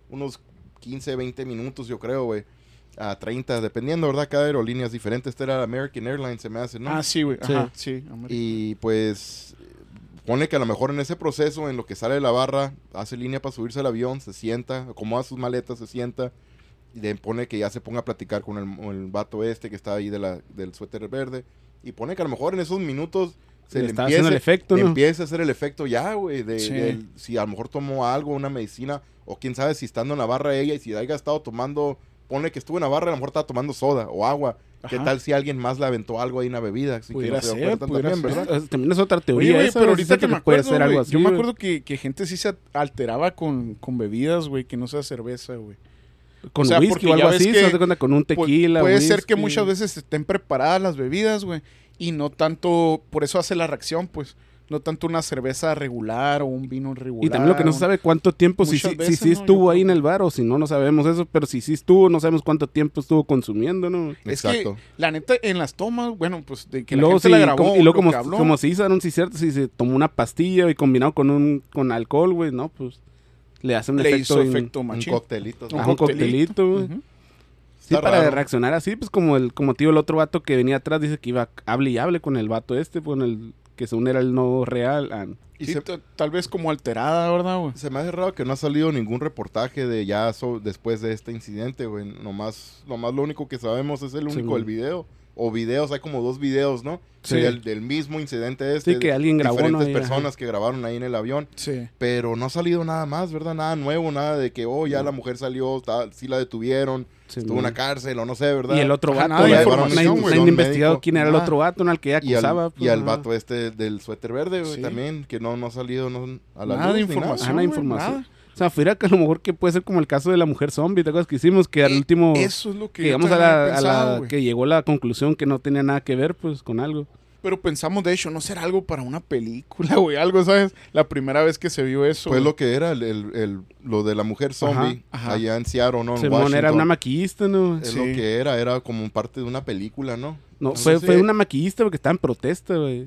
A: unos 15, 20 minutos, yo creo, güey. A 30, dependiendo, ¿verdad? Cada aerolínea es diferente. Esta era American Airlines, se me hace, ¿no?
B: Ah, sí, güey.
C: Sí.
B: Ajá, sí. hombre.
A: Y pues pone que a lo mejor en ese proceso, en lo que sale de la barra, hace línea para subirse al avión, se sienta, acomoda sus maletas, se sienta, y le pone que ya se ponga a platicar con el, con el vato este que está ahí de la, del suéter verde, y pone que a lo mejor en esos minutos se
C: Le
A: le
C: está
A: empieza,
C: haciendo el efecto,
A: le
C: ¿no?
A: empieza a hacer el efecto ya, güey, de,
B: Sí.
A: del- si a lo mejor tomó algo, una medicina, o quién sabe si estando en la barra ella y si haya estado tomando, pone que estuvo en la barra, a lo mejor estaba tomando soda o agua. ¿Qué
B: Ajá.
A: tal si alguien más le aventó algo ahí una bebida? Así
B: Pudiera
A: se dio
B: ser,
A: cuenta
B: pudiera ser.
A: ¿verdad?
C: Es- También es otra
B: Oye,
C: teoría.
B: güey,
C: esa,
B: pero
C: sí,
B: ahorita
C: siento
B: que me
C: puede
B: acuerdo,
C: ser
B: güey,
C: algo así,
B: yo me
C: güey.
B: acuerdo que, que gente sí se alteraba con, con bebidas, güey, que no sea cerveza, güey.
C: con
B: o sea,
C: whisky
B: porque
C: o algo
B: ya ves
C: así,
B: que
C: se hace cuenta con un
B: Pu-
C: tequila.
B: Puede ser que
C: whisky.
B: muchas veces estén preparadas las bebidas, güey, y no tanto, por eso hace la reacción, pues, no tanto una cerveza regular o un vino regular.
C: Y también lo que no
B: un-
C: se sabe cuánto tiempo, si
B: Muchas
C: sí si,
B: veces,
C: sí
B: ¿no? Yo
C: estuvo ahí
B: creo.
C: en el bar o si no, no sabemos eso, pero si sí estuvo, no sabemos cuánto tiempo estuvo consumiendo, ¿no?
B: Es
A: Exacto.
B: que, la neta, en las tomas, bueno, pues, de que
C: y
B: la
C: luego,
B: gente
C: si,
B: la grabó,
C: como, y luego
B: lo
C: como,
B: que habló,
C: como se hizo, no sí, cierto, si se tomó una pastilla y combinado con un con alcohol, güey, no, pues le hace un
B: le
C: efecto.
B: hizo
C: en-
B: efecto
A: Un
B: machín.
A: coctelito.
C: ajá,
A: ¿no?
B: Un
C: un coctelito, güey.
B: Ujú.
C: Sí,
A: Está
C: para
A: raro.
C: reaccionar así, pues como el como tío el otro vato que venía atrás dice que iba hable y hable con el vato este, con el que según era el no real. ah,
A: Y
B: Sí,
A: se,
B: t- tal vez como alterada, ¿verdad, güey?
A: se me hace raro que no ha salido ningún reportaje de ya so- después de este incidente, güey. Nomás, nomás lo único que sabemos es el
C: Sí,
A: único,
C: güey.
A: el video. O videos, hay como dos videos, ¿no?
C: Sí.
A: Del, del mismo incidente este.
C: Sí, que alguien grabó,
A: Diferentes
C: ¿no? Ahí, ajá.
A: personas que grabaron ahí en el avión.
B: Sí.
A: Pero no ha salido nada más, ¿verdad? Nada nuevo, nada de que, oh, ya la mujer salió, tal, sí la detuvieron,
C: sí,
A: estuvo en
C: ¿no?
A: la cárcel o no sé, ¿verdad?
C: Y el otro
B: Ajá,
C: vato,
B: nada de
C: güey,
B: información,
C: nadie-
B: güey.
C: nadie
A: Son
C: investigado
A: médico,
C: quién era el
B: nada.
C: otro vato, no al que ya
A: Y al,
C: acusaba.
A: y
C: pues,
A: al
C: ajá.
A: vato este del suéter verde, güey,
B: Sí.
A: también, que no, no ha salido no, a la
B: Nada de
A: luz ni nada.
B: información,
C: Ajá,
B: güey,
C: información.
B: nada.
C: O sea, fuera que a lo mejor que puede ser como el caso de la mujer zombie, ¿te acuerdas que hicimos? Que al
B: Eh,
C: último
B: Eso es lo que
C: que
B: yo
C: llegamos a
B: también he
C: la, a la-
B: pensado, güey.
C: que llegó a la conclusión que no tenía nada que ver pues con algo.
B: Pero pensamos, de hecho, no será algo para una película, güey. Algo, ¿sabes? La primera vez que se vio eso.
A: Fue
B: güey.
A: lo que era el, el- el- lo de la mujer zombie
B: ajá.
A: allá en Seattle, ¿no? En
C: Simón era
A: Washington.
C: una maquillista, ¿no?
A: Es
B: Sí.
A: lo que era, era como parte de una película, ¿no?
C: No,
A: No
C: fue,
A: sé.
C: fue una maquillista porque estaba en protesta, güey.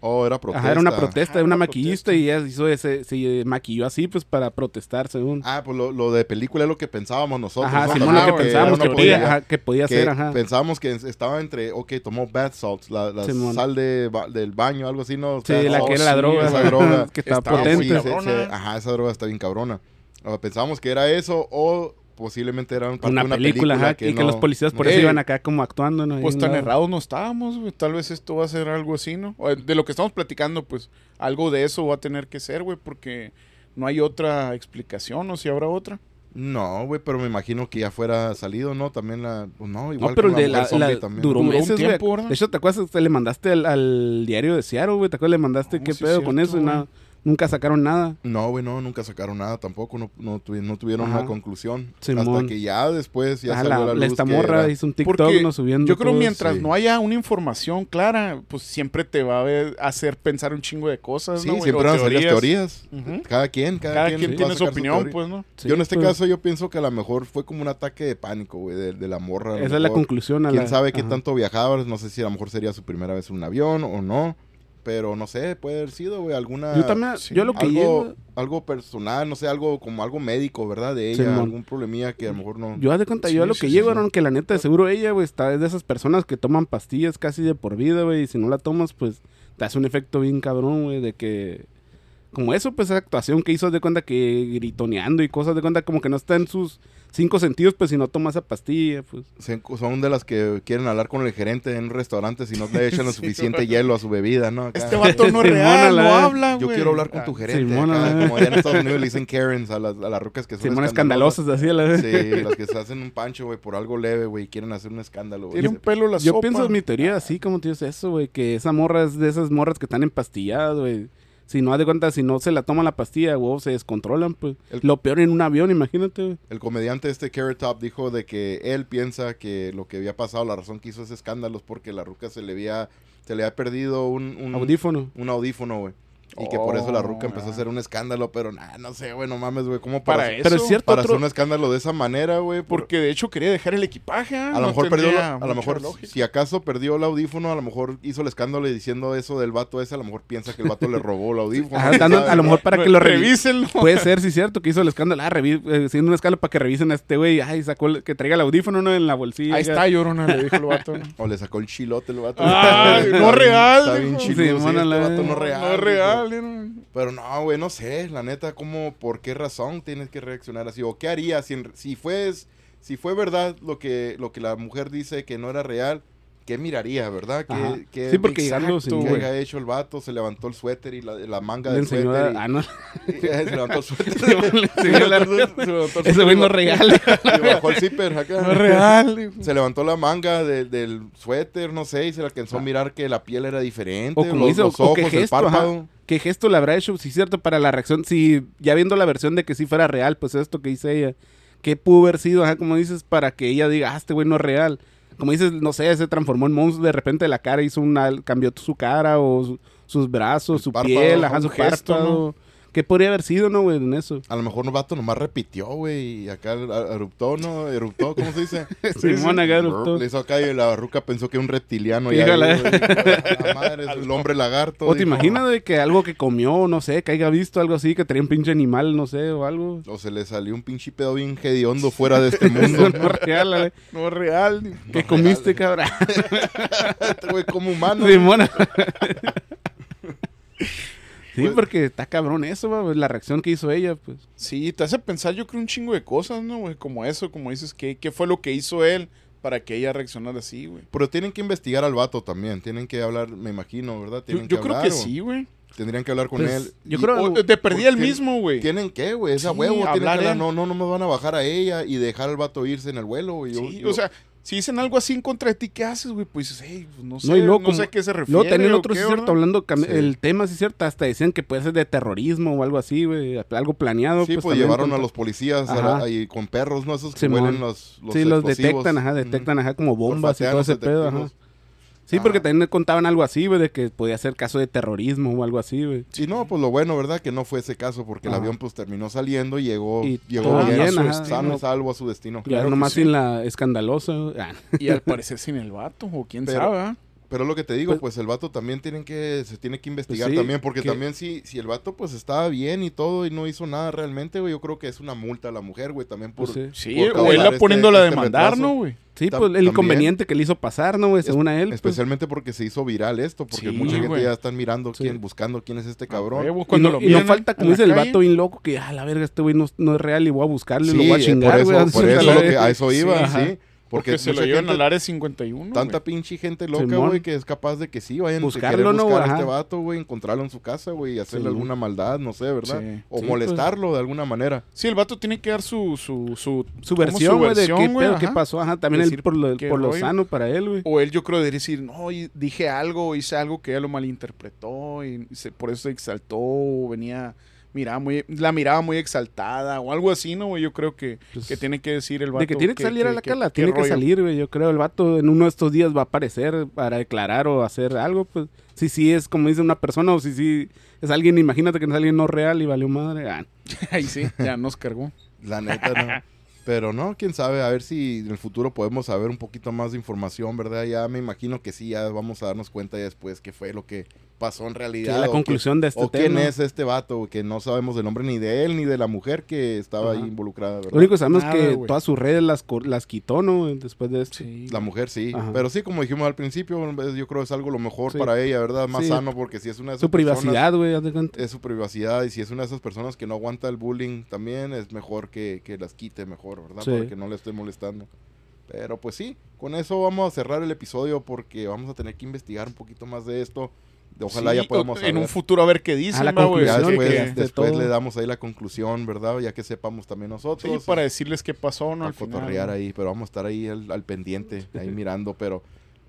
A: Oh, era protesta.
C: Ajá, era una protesta
B: Ajá,
C: de una
B: una
C: maquillista y ella hizo ese, se maquilló así, pues, para protestar, según.
A: Ah, pues lo, lo de película es lo que pensábamos nosotros.
C: ajá,
A: ¿no?
C: Simón,
B: Ajá,
C: lo que
B: güey,
C: pensábamos
A: era
C: que
A: una
C: podía,
A: película
C: ajá, que podía
A: que
C: hacer, ajá.
A: Pensábamos que estaba entre, ok, tomó bath salts, la, la
C: Simón.
A: sal de, ba- del baño, algo así, ¿no?
C: Sí,
A: Bath
C: la
A: salts.
C: que era la
B: sí,
C: droga.
A: esa droga
C: que estaba
B: estaba muy
A: Sí,
C: potente.
A: se-
B: cabrona.
A: se- ajá, esa droga está bien cabrona. Ah, Pensábamos que era eso o posiblemente era parte
C: Una,
A: de
C: película, ajá, y que
A: no-
C: los policías por
A: no-
C: eso
B: Ey.
C: iban acá como actuando, ¿no? Ahí
B: Pues
C: un
B: tan
C: lado.
B: errados no estábamos, güey. Tal vez esto va a ser algo así, ¿no? O, eh, De lo que estamos platicando, pues algo de eso va a tener que ser, güey, porque no hay otra explicación, o si habrá otra.
A: No, güey, pero me imagino que ya fuera salido, ¿no? También la... No, igual
C: No, pero el
A: con
C: de
A: mujer
C: la,
A: zombie
C: la-
A: también.
B: Duró
C: duró
B: un
C: meses, güey.
B: tiempo, ¿verdad?
C: De hecho, ¿te acuerdas? Te le mandaste al, al diario de Seattle, güey. ¿Te acuerdas? Le mandaste
B: No,
C: qué
B: sí es
C: pedo con
B: cierto,
C: eso y
B: güey.
C: nada. Nunca sacaron nada.
A: No, güey, no, nunca sacaron nada tampoco, no, no, tuvi- no tuvieron
C: Ajá.
A: una conclusión.
C: Simón.
A: Hasta que ya después ya
C: Ajá,
A: salió
C: Ah, la,
A: a la,
C: la
A: luz
C: esta
A: que
C: morra
A: era-
C: hizo un TikTok,
B: Porque
C: ¿no? Subiendo.
B: Yo creo
C: todo,
B: mientras
A: sí.
B: no haya una información clara, pues siempre te va a ver- hacer pensar un chingo de cosas,
A: Sí,
B: ¿no? güey?
A: siempre
B: O
A: van a salir las teorías.
B: Ujú.
A: Cada quien, cada,
B: Cada
A: quien,
B: quien
A: va a
B: tiene su
A: sacar
B: opinión,
A: teoría.
B: pues, ¿no?
C: Sí,
A: yo en este
C: pues,
A: caso yo pienso que a lo mejor fue como un ataque de pánico, güey, de, de la morra. a lo
C: Esa es la
A: mejor.
C: conclusión. A
A: Quién
C: la-
A: sabe qué
C: ajá.
A: tanto viajaba, no sé si a lo mejor sería su primera vez en un avión o no, pero no sé, puede haber sido, güey, alguna...
C: Yo también,
B: sí,
C: yo lo que
A: algo,
C: llego-
A: algo personal, no sé, algo como algo médico, ¿verdad? De ella,
C: Simón.
A: algún problemilla que a lo mejor no...
C: Yo haz de cuenta, yo
B: Sí,
C: a lo
B: sí,
C: que
B: sí,
C: llego,
B: sí.
C: Aaron, que la neta de seguro ella, güey, está es de esas personas que toman pastillas casi de por vida, güey, y si no la tomas, pues te hace un efecto bien cabrón, güey, de que como eso, pues esa actuación que hizo haz de cuenta que gritoneando y cosas de cuenta como que no está en sus cinco sentidos, pues si no toma esa pastilla, pues.
A: Se- Son de las que quieren hablar con el gerente en un restaurante si no le echan lo
B: Sí,
A: suficiente
B: güey.
A: hielo a su bebida, ¿no? Acá.
B: Este vato no
C: Simona
B: es real,
C: la-
B: no habla, güey. Ah,
A: Yo quiero hablar con tu gerente.
C: Simón,
A: acá,
C: ¿verdad?
A: como allá en Estados Unidos le dicen Karens a las, a las rucas que son
C: Simón escandalosas, así a la vez.
A: Sí, las que se hacen un pancho, güey, por algo leve, güey, y quieren hacer un escándalo, güey.
B: Tiene un pelo la
C: Yo
B: sopa.
C: pienso mi teoría así como te dices eso, güey, que esa morra es de esas morras que están empastilladas, güey. Si no haz de cuenta, si no se la toma la pastilla, güey, se descontrolan, pues.
A: El-
C: Lo peor en un avión, imagínate, güey.
A: El comediante este Carrot Top dijo de que él piensa que lo que había pasado, la razón que hizo ese escándalo es porque la ruca se le había, se le había perdido un, un-
C: Audífono.
A: un audífono, güey. Y que por eso la ruca
B: Oh,
A: empezó a
B: ah.
A: hacer un escándalo, pero nah, no sé, güey, no mames, güey, ¿cómo para,
B: para
A: para,
B: eso.
C: Pero es cierto
A: para
C: otro-
A: hacer un escándalo de esa manera, güey? Por-
B: Porque de hecho quería dejar el equipaje.
C: ah,
A: A lo mejor perdió, la- a lo mejor, si acaso perdió el audífono, a lo mejor hizo el escándalo y diciendo eso del vato ese, a lo mejor piensa que el vato le robó el audífono.
C: Ajá,
A: ¿quién
C: dando-
A: sabe,
C: a
A: no?
C: lo mejor para que lo revisen.
B: revisen.
C: Puede ser, sí, cierto, que hizo el escándalo. Ah, revi- eh, haciendo un escándalo para que revisen a este güey. Ay, sacó el- que traiga el audífono ¿no? en la bolsilla.
B: Ahí está, llorona, le dijo el vato.
A: O le sacó el chilote el vato.
B: Ah,
A: Está
B: no
A: bien-
B: real,
A: Está bien
B: dijo.
A: chiludo, sí,
C: Simón,
A: este
C: a la-
A: vato no real.
B: No es
A: dijo.
B: real. ¿no?
A: Pero no, güey, no sé, la neta, ¿cómo, por qué razón tienes que reaccionar así? ¿O qué harías si, en- si, fues- si fue verdad lo que, lo que la mujer dice que no era real? ¿Qué miraría, verdad?
C: Ajá.
A: ¿Qué, qué-
C: Sí, porque
B: Exacto,
C: llegando sin
A: ¿Qué
C: güey.
A: haya hecho el vato? Se levantó el suéter y la, la manga
C: Le
A: del
C: enseñó
A: suéter.
C: la-
A: y- eh,
C: Ah, no.
A: se levantó el suéter.
C: Le enseñó la- Ese güey no regala.
A: Y bajó el zipper acá.
B: No es real. dijo.
A: Se levantó la manga de- del suéter, no sé, y se le alcanzó a mirar que la piel era diferente.
C: Ah. O como
A: los,
C: dice,
A: los
C: o- o
A: ojos,
C: qué
A: el
C: gesto, ajá.
A: párpado.
C: ¿Qué gesto le habrá hecho? Sí, cierto, para la reacción. Si ya viendo la versión de que sí fuera real, pues esto que dice ella. ¿Qué pudo haber sido? Ajá, como dices, para que ella diga, ah, este güey no es real. Como dices, no sé, se transformó en monstruo de repente la cara, hizo una, cambió su cara o su- sus brazos,
A: El
C: su
A: párpado,
C: piel,
A: ajá,
C: ajá,
A: un
C: su
A: gesto,
C: párpado. ¿Qué podría haber sido, no, güey, en eso?
A: A lo mejor el vato nomás repitió, güey, y acá er- eruptó, ¿no? Eruptó, ¿cómo se dice?
C: Simón acá eruptó.
A: Le hizo acá y la ruca pensó que era un reptiliano. Y
C: Híjole.
A: ahí, güey, dijo, "A la madre, es el hombre lagarto.
C: ¿O te
A: dijo. "Ah".
C: imaginas de que algo que comió, no sé, que haya visto algo así, que tenía un pinche animal, no sé, o algo?
A: O se le salió un pinche pedo bien hediondo fuera de este mundo.
C: no es real, la-
B: No es real. dijo.
C: ¿Qué comiste, cabrón?
A: Este güey como humano.
C: Simona. sí,
A: Pues-
C: porque está cabrón eso, va, pues, la reacción que hizo ella, pues.
B: Sí, te hace pensar yo creo un chingo de cosas, ¿no, güey? Como eso, como dices, ¿qué, qué fue lo que hizo él para que ella reaccionara así, güey?
A: Pero tienen que investigar al vato también. Tienen que hablar, me imagino, ¿verdad?
B: Yo,
A: Tienen
B: yo creo
A: hablar,
B: que
A: o
B: sí, güey.
A: Tendrían que hablar con
C: Pues,
A: él.
C: yo
A: Y-
C: creo-
B: O- Te perdí el
A: tiene-
B: mismo, güey.
A: Tienen que, güey, esa
B: Sí,
A: huevo. tienen que
B: hablar
A: hablar,
B: él.
A: no, no, no me van a bajar a ella y dejar al vato irse en el vuelo. güey. Yo-
B: Sí,
A: yo-
B: o sea, si dicen algo así en contra de ti, ¿qué haces, güey? Pues dices, hey, pues, no sé,
C: y
B: no,
C: luego como-
B: sé a qué se refiere.
C: Luego también
B: o
C: otro,
B: qué,
C: sí, cierto,
B: ¿verdad?
C: hablando cam-
A: Sí.
C: el tema, sí, cierto, hasta decían que puede ser de terrorismo o algo así, güey, algo planeado.
A: Sí, pues,
C: también
A: llevaron a
C: contra-
A: los policías a
C: Ajá.
A: la- ahí con perros, ¿no? Esos que
C: Simón.
A: huelen los, los
C: Sí, los
A: explosivos.
C: detectan, ajá,
A: Ujú.
C: detectan, ajá, como bombas y
A: Olfatean
C: todo
A: los
C: ese pedo, ajá.
A: detectivos. Ah.
C: Sí, porque
A: Ajá.
C: también contaban algo así, güey, de que podía ser caso de terrorismo o algo así, güey.
A: Y no, pues lo bueno, ¿verdad? Que no fue ese caso porque
C: Ajá.
A: el avión pues terminó saliendo y llegó,
C: Y
A: llegó
C: todo
A: bien, a
C: bien,
A: su
C: ajá.
A: destino, sano y salvo a su destino.
C: Claro,
B: que
C: nomás
B: sí.
C: sin la escandalosa. güey. Ah,
B: Y al parecer sin el vato, o quién
A: Pero-
B: sabe. ¿ah?
A: Pero es lo que te digo,
C: Pues-
A: pues, el vato también tienen que, se tiene que investigar
C: sí,
A: también, porque
C: que-
A: también si, si el vato pues estaba bien y todo y no hizo nada realmente, güey, yo creo que es una multa a la mujer, güey, también por...
C: pues,
B: Sí,
C: sí.
A: por
B: o él
A: causar
B: la
A: este-
B: poniéndola a
A: este
B: demandar,
A: retraso.
B: ¿no, güey?
C: Sí,
A: Ta-
C: pues el
A: también.
C: inconveniente que le hizo pasar, ¿no, güey? Según a él. pues.
A: Especialmente porque se hizo viral esto, porque
B: Sí,
A: mucha gente
B: güey.
A: ya están mirando
C: Sí. Ah,
A: quién, buscando quién es este cabrón.
B: Huevo,
C: Y
B: cuando lo
C: no, y no
B: miran
C: falta,
B: en
C: como
B: la
C: dice el
B: calle.
C: vato bien loco, que, ah, la verga, este güey no, no es real y voy a buscarle,
A: Sí,
C: lo voy a
A: eh,
C: chingar,
A: por
C: ah, güey.
A: eso, por eso, lo que- ah, a eso
B: Sí,
A: iba,
C: ajá.
A: sí. Porque,
B: Porque, se lo
A: mucha
B: llevan al
A: gente-
B: área 51.
A: Tanta
B: güey.
A: pinche gente loca,
C: Simón.
A: güey, que es capaz de que sí, vayan a
C: Buscarlo,
A: querer
C: ¿no?
A: buscar a
C: Ajá.
A: este vato, güey, encontrarlo en su casa, güey, y hacerle
C: Sí.
A: alguna maldad, no sé, ¿verdad?
B: Sí.
A: O
C: Sí, pues.
A: molestarlo de alguna manera.
B: Sí, el vato tiene que dar su. su, su
C: Su
B: ¿cómo?
C: versión, güey, de
B: versión,
C: qué
B: güey,
C: pedo, qué
B: ajá.
C: pasó. Ajá, también
B: Decir
C: él por lo,
B: qué
C: por lo
B: rollo.
C: sano para él, güey.
B: O él, yo creo, debería decir, no, y dije algo, hice algo que ella lo malinterpretó y se- por eso se exaltó, o venía. Miraba muy, la miraba muy exaltada o algo así, ¿no, güey? Yo creo que,
C: Pues,
B: que tiene que decir el vato.
C: De que tiene que salir a la
B: qué-
C: cala,
B: qué
C: tiene que
B: rollo.
C: salir, güey. Yo creo el vato en uno de estos días va a aparecer para declarar o hacer algo, pues. Si sí es como dice una persona o si sí es alguien, imagínate que es alguien no real y valió madre. ah,
B: Ahí sí, ya nos cargó.
A: La neta, no. Pero no, quién sabe, a ver si en el futuro podemos saber un poquito más de información, ¿verdad? Ya me imagino que sí, ya vamos a darnos cuenta ya después qué fue lo que pasó en
C: que
A: realidad.
C: es la
A: o
C: conclusión de
A: qué-
C: este
A: o
C: tema.
A: quién es este vato, güey, que no sabemos el nombre ni de él ni de la mujer que estaba
C: Ajá.
A: ahí involucrada, ¿verdad?
C: Lo único que sabemos
B: Nada,
C: es que
B: güey.
C: todas sus redes las, cor- las quitó, ¿no? Después de esto.
B: Sí.
A: La mujer sí,
C: Ajá.
A: pero sí, como dijimos al principio, es- yo creo es algo lo mejor
C: Sí.
A: para ella, ¿verdad? Más
C: Sí.
A: sano, porque si es una de esas
C: Su privacidad, güey, haz de cuenta.
A: personas- es su privacidad, y si es una de esas personas que no aguanta el bullying, también es mejor que, que las quite mejor, ¿verdad?
C: Sí.
A: Para que no le esté molestando. Pero pues sí, con eso vamos a cerrar el episodio porque vamos a tener que investigar un poquito más de esto. Ojalá
B: Sí,
A: ya podamos
B: o- En un
A: saber.
B: futuro a ver qué dice,
C: A la
B: güey.
A: Ya
C: conclusión,
B: Sí,
A: después,
B: que-
C: de este
A: después
C: todo.
A: le damos ahí la conclusión, ¿verdad? Ya que sepamos también
B: Sí,
A: nosotros. y-
B: pues, para decirles qué pasó, ¿no?
A: a
B: Al final,
A: cotorrear
B: ¿no?
A: ahí, pero vamos a estar ahí al, al pendiente, ahí mirando, pero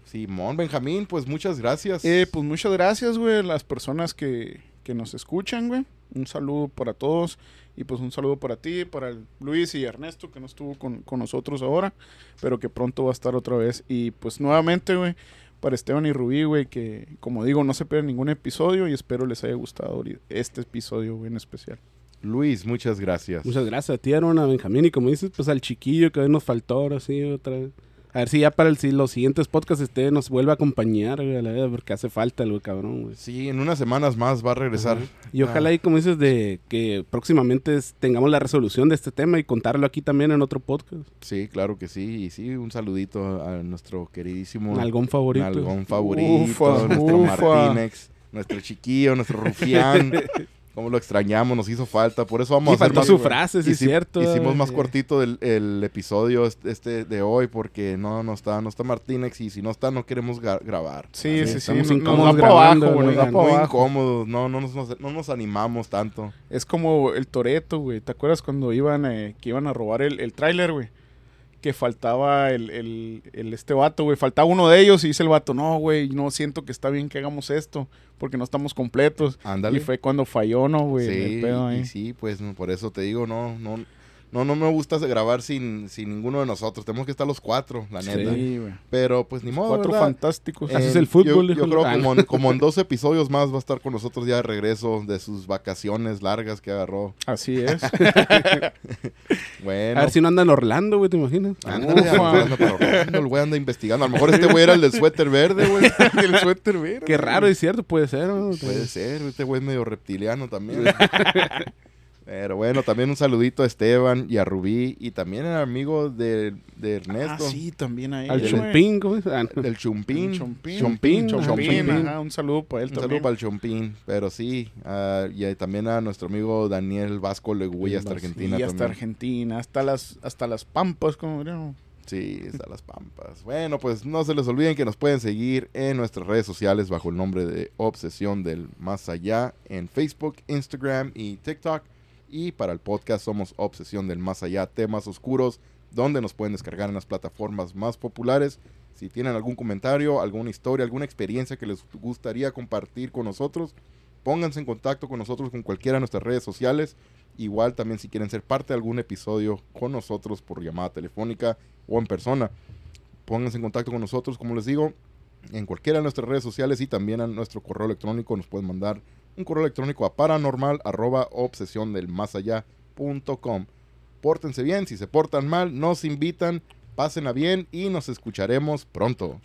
A: Simón Benjamín, pues muchas gracias.
B: Eh, pues muchas gracias, güey, a las personas que, que nos escuchan, güey. Un saludo para todos y pues un saludo para ti, para el Luis y Ernesto que no estuvo con, con nosotros ahora, pero que pronto va a estar otra vez. Y pues nuevamente, güey, para Esteban y Rubí, güey, que como digo, no se pierden ningún episodio y espero les haya gustado ahorita este episodio, güey, en especial.
A: Luis, muchas gracias.
B: Pues.
C: Muchas gracias a ti, Aaron, a Benjamín. Y como dices, pues al chiquillo que hoy nos faltó, ahora sí, otra vez. A ver si ya para el, si los siguientes podcasts este nos vuelve a acompañar, güey, a la verdad, porque hace falta el güey, cabrón, güey.
A: Sí, en unas semanas más va a regresar.
C: Y
B: Ah.
C: ojalá, y como dices, de que próximamente es- tengamos la resolución de este tema y contarlo aquí también en otro podcast.
A: Sí, claro que sí. Y sí, un saludito a nuestro queridísimo
C: Algún favorito.
A: nalgón favorito,
B: Ufa,
A: nuestro
B: ufa.
A: Martínez, nuestro chiquillo, nuestro rufián. Cómo lo extrañamos, nos hizo falta. Por eso vamos
C: Sí,
A: a hacer
C: faltó
A: más-
C: su frase, sí, es
A: Hici-
C: cierto.
A: Hicimos
C: güey.
A: más cortito el, el episodio est- este de hoy porque no, no está, no está Martínez y si no está no queremos ga- grabar.
B: Sí, sí, sí,
C: estamos
B: nos- nos da
C: incómodos
B: para abajo,
C: grabando,
B: güey, nos
C: güey,
B: da
C: muy
B: para
A: Muy
B: abajo.
A: incómodos, no, no nos, nos- no nos animamos tanto.
B: Es como el Toreto, güey. ¿Te acuerdas cuando iban eh, que iban a robar el, el tráiler, güey? Que faltaba el, el- el- este vato, güey. Faltaba uno de ellos y dice el vato, no, güey, no siento que está bien que hagamos esto porque no estamos completos.
A: Ándale.
B: Y fue cuando falló, ¿no, güey?
A: sí,
B: El pedo
A: y
B: ahí.
A: sí, pues no, por eso te digo, no, no, no, no me gusta grabar sin, sin ninguno de nosotros. Tenemos que estar los cuatro, la
C: Sí.
A: neta.
B: Sí, güey.
A: Pero pues ni modo,
B: Cuatro
A: ¿verdad?
B: fantásticos.
C: Así
A: Eh,
C: es el fútbol,
A: Yo, yo
C: dijo.
A: creo
C: Ah,
A: como en, como en dos episodios más va a estar con nosotros ya de regreso de sus vacaciones largas que agarró.
B: Así es.
A: Bueno,
C: A ver si no anda en Orlando, güey, ¿te imaginas?
A: Ándale,
B: Ufa.
A: a lo mejor anda para Orlando, el güey anda investigando. A lo mejor este güey era el del suéter verde, güey.
B: el suéter verde.
C: Qué raro, es cierto, puede ser. ¿no? Pues,
A: Puede ser, este güey es medio reptiliano también. Pero bueno, también un saludito a Esteban y a Rubí y también al amigo de, de
B: Ah,
A: Ernesto,
B: sí, también ahí.
C: Al
B: güey.
C: Chupín, ¿cómo es? Ah, no.
A: del Chumpín.
B: El Chompín.
A: Chompín,
B: Chompín,
A: Chompín.
B: ajá, un saludo para él
A: Un
B: también.
A: saludo para el Chompín, pero sí, ah, y también a nuestro amigo Daniel Vasco Leguilla hasta
C: Vasco.
A: Argentina.
B: y hasta
A: también.
B: Argentina, hasta las, hasta las pampas, como dirían.
A: Sí, está las pampas. Bueno, pues no se les olviden que nos pueden seguir en nuestras redes sociales bajo el nombre de Obsesión del Más Allá en Facebook, Instagram y TikTok. Y para el podcast somos Obsesión del Más Allá, temas oscuros, donde nos pueden descargar en las plataformas más populares. Si tienen algún comentario, alguna historia, alguna experiencia que les gustaría compartir con nosotros, pónganse en contacto con nosotros con cualquiera de nuestras redes sociales. Igual también si quieren ser parte de algún episodio con nosotros por llamada telefónica o en persona, pónganse en contacto con nosotros, como les digo, en cualquiera de nuestras redes sociales y también a nuestro correo electrónico. Nos pueden mandar un correo electrónico a paranormal arroba obsesión del más allá punto com. Pórtense bien, si se portan mal, nos invitan, pásenla bien y nos escucharemos pronto.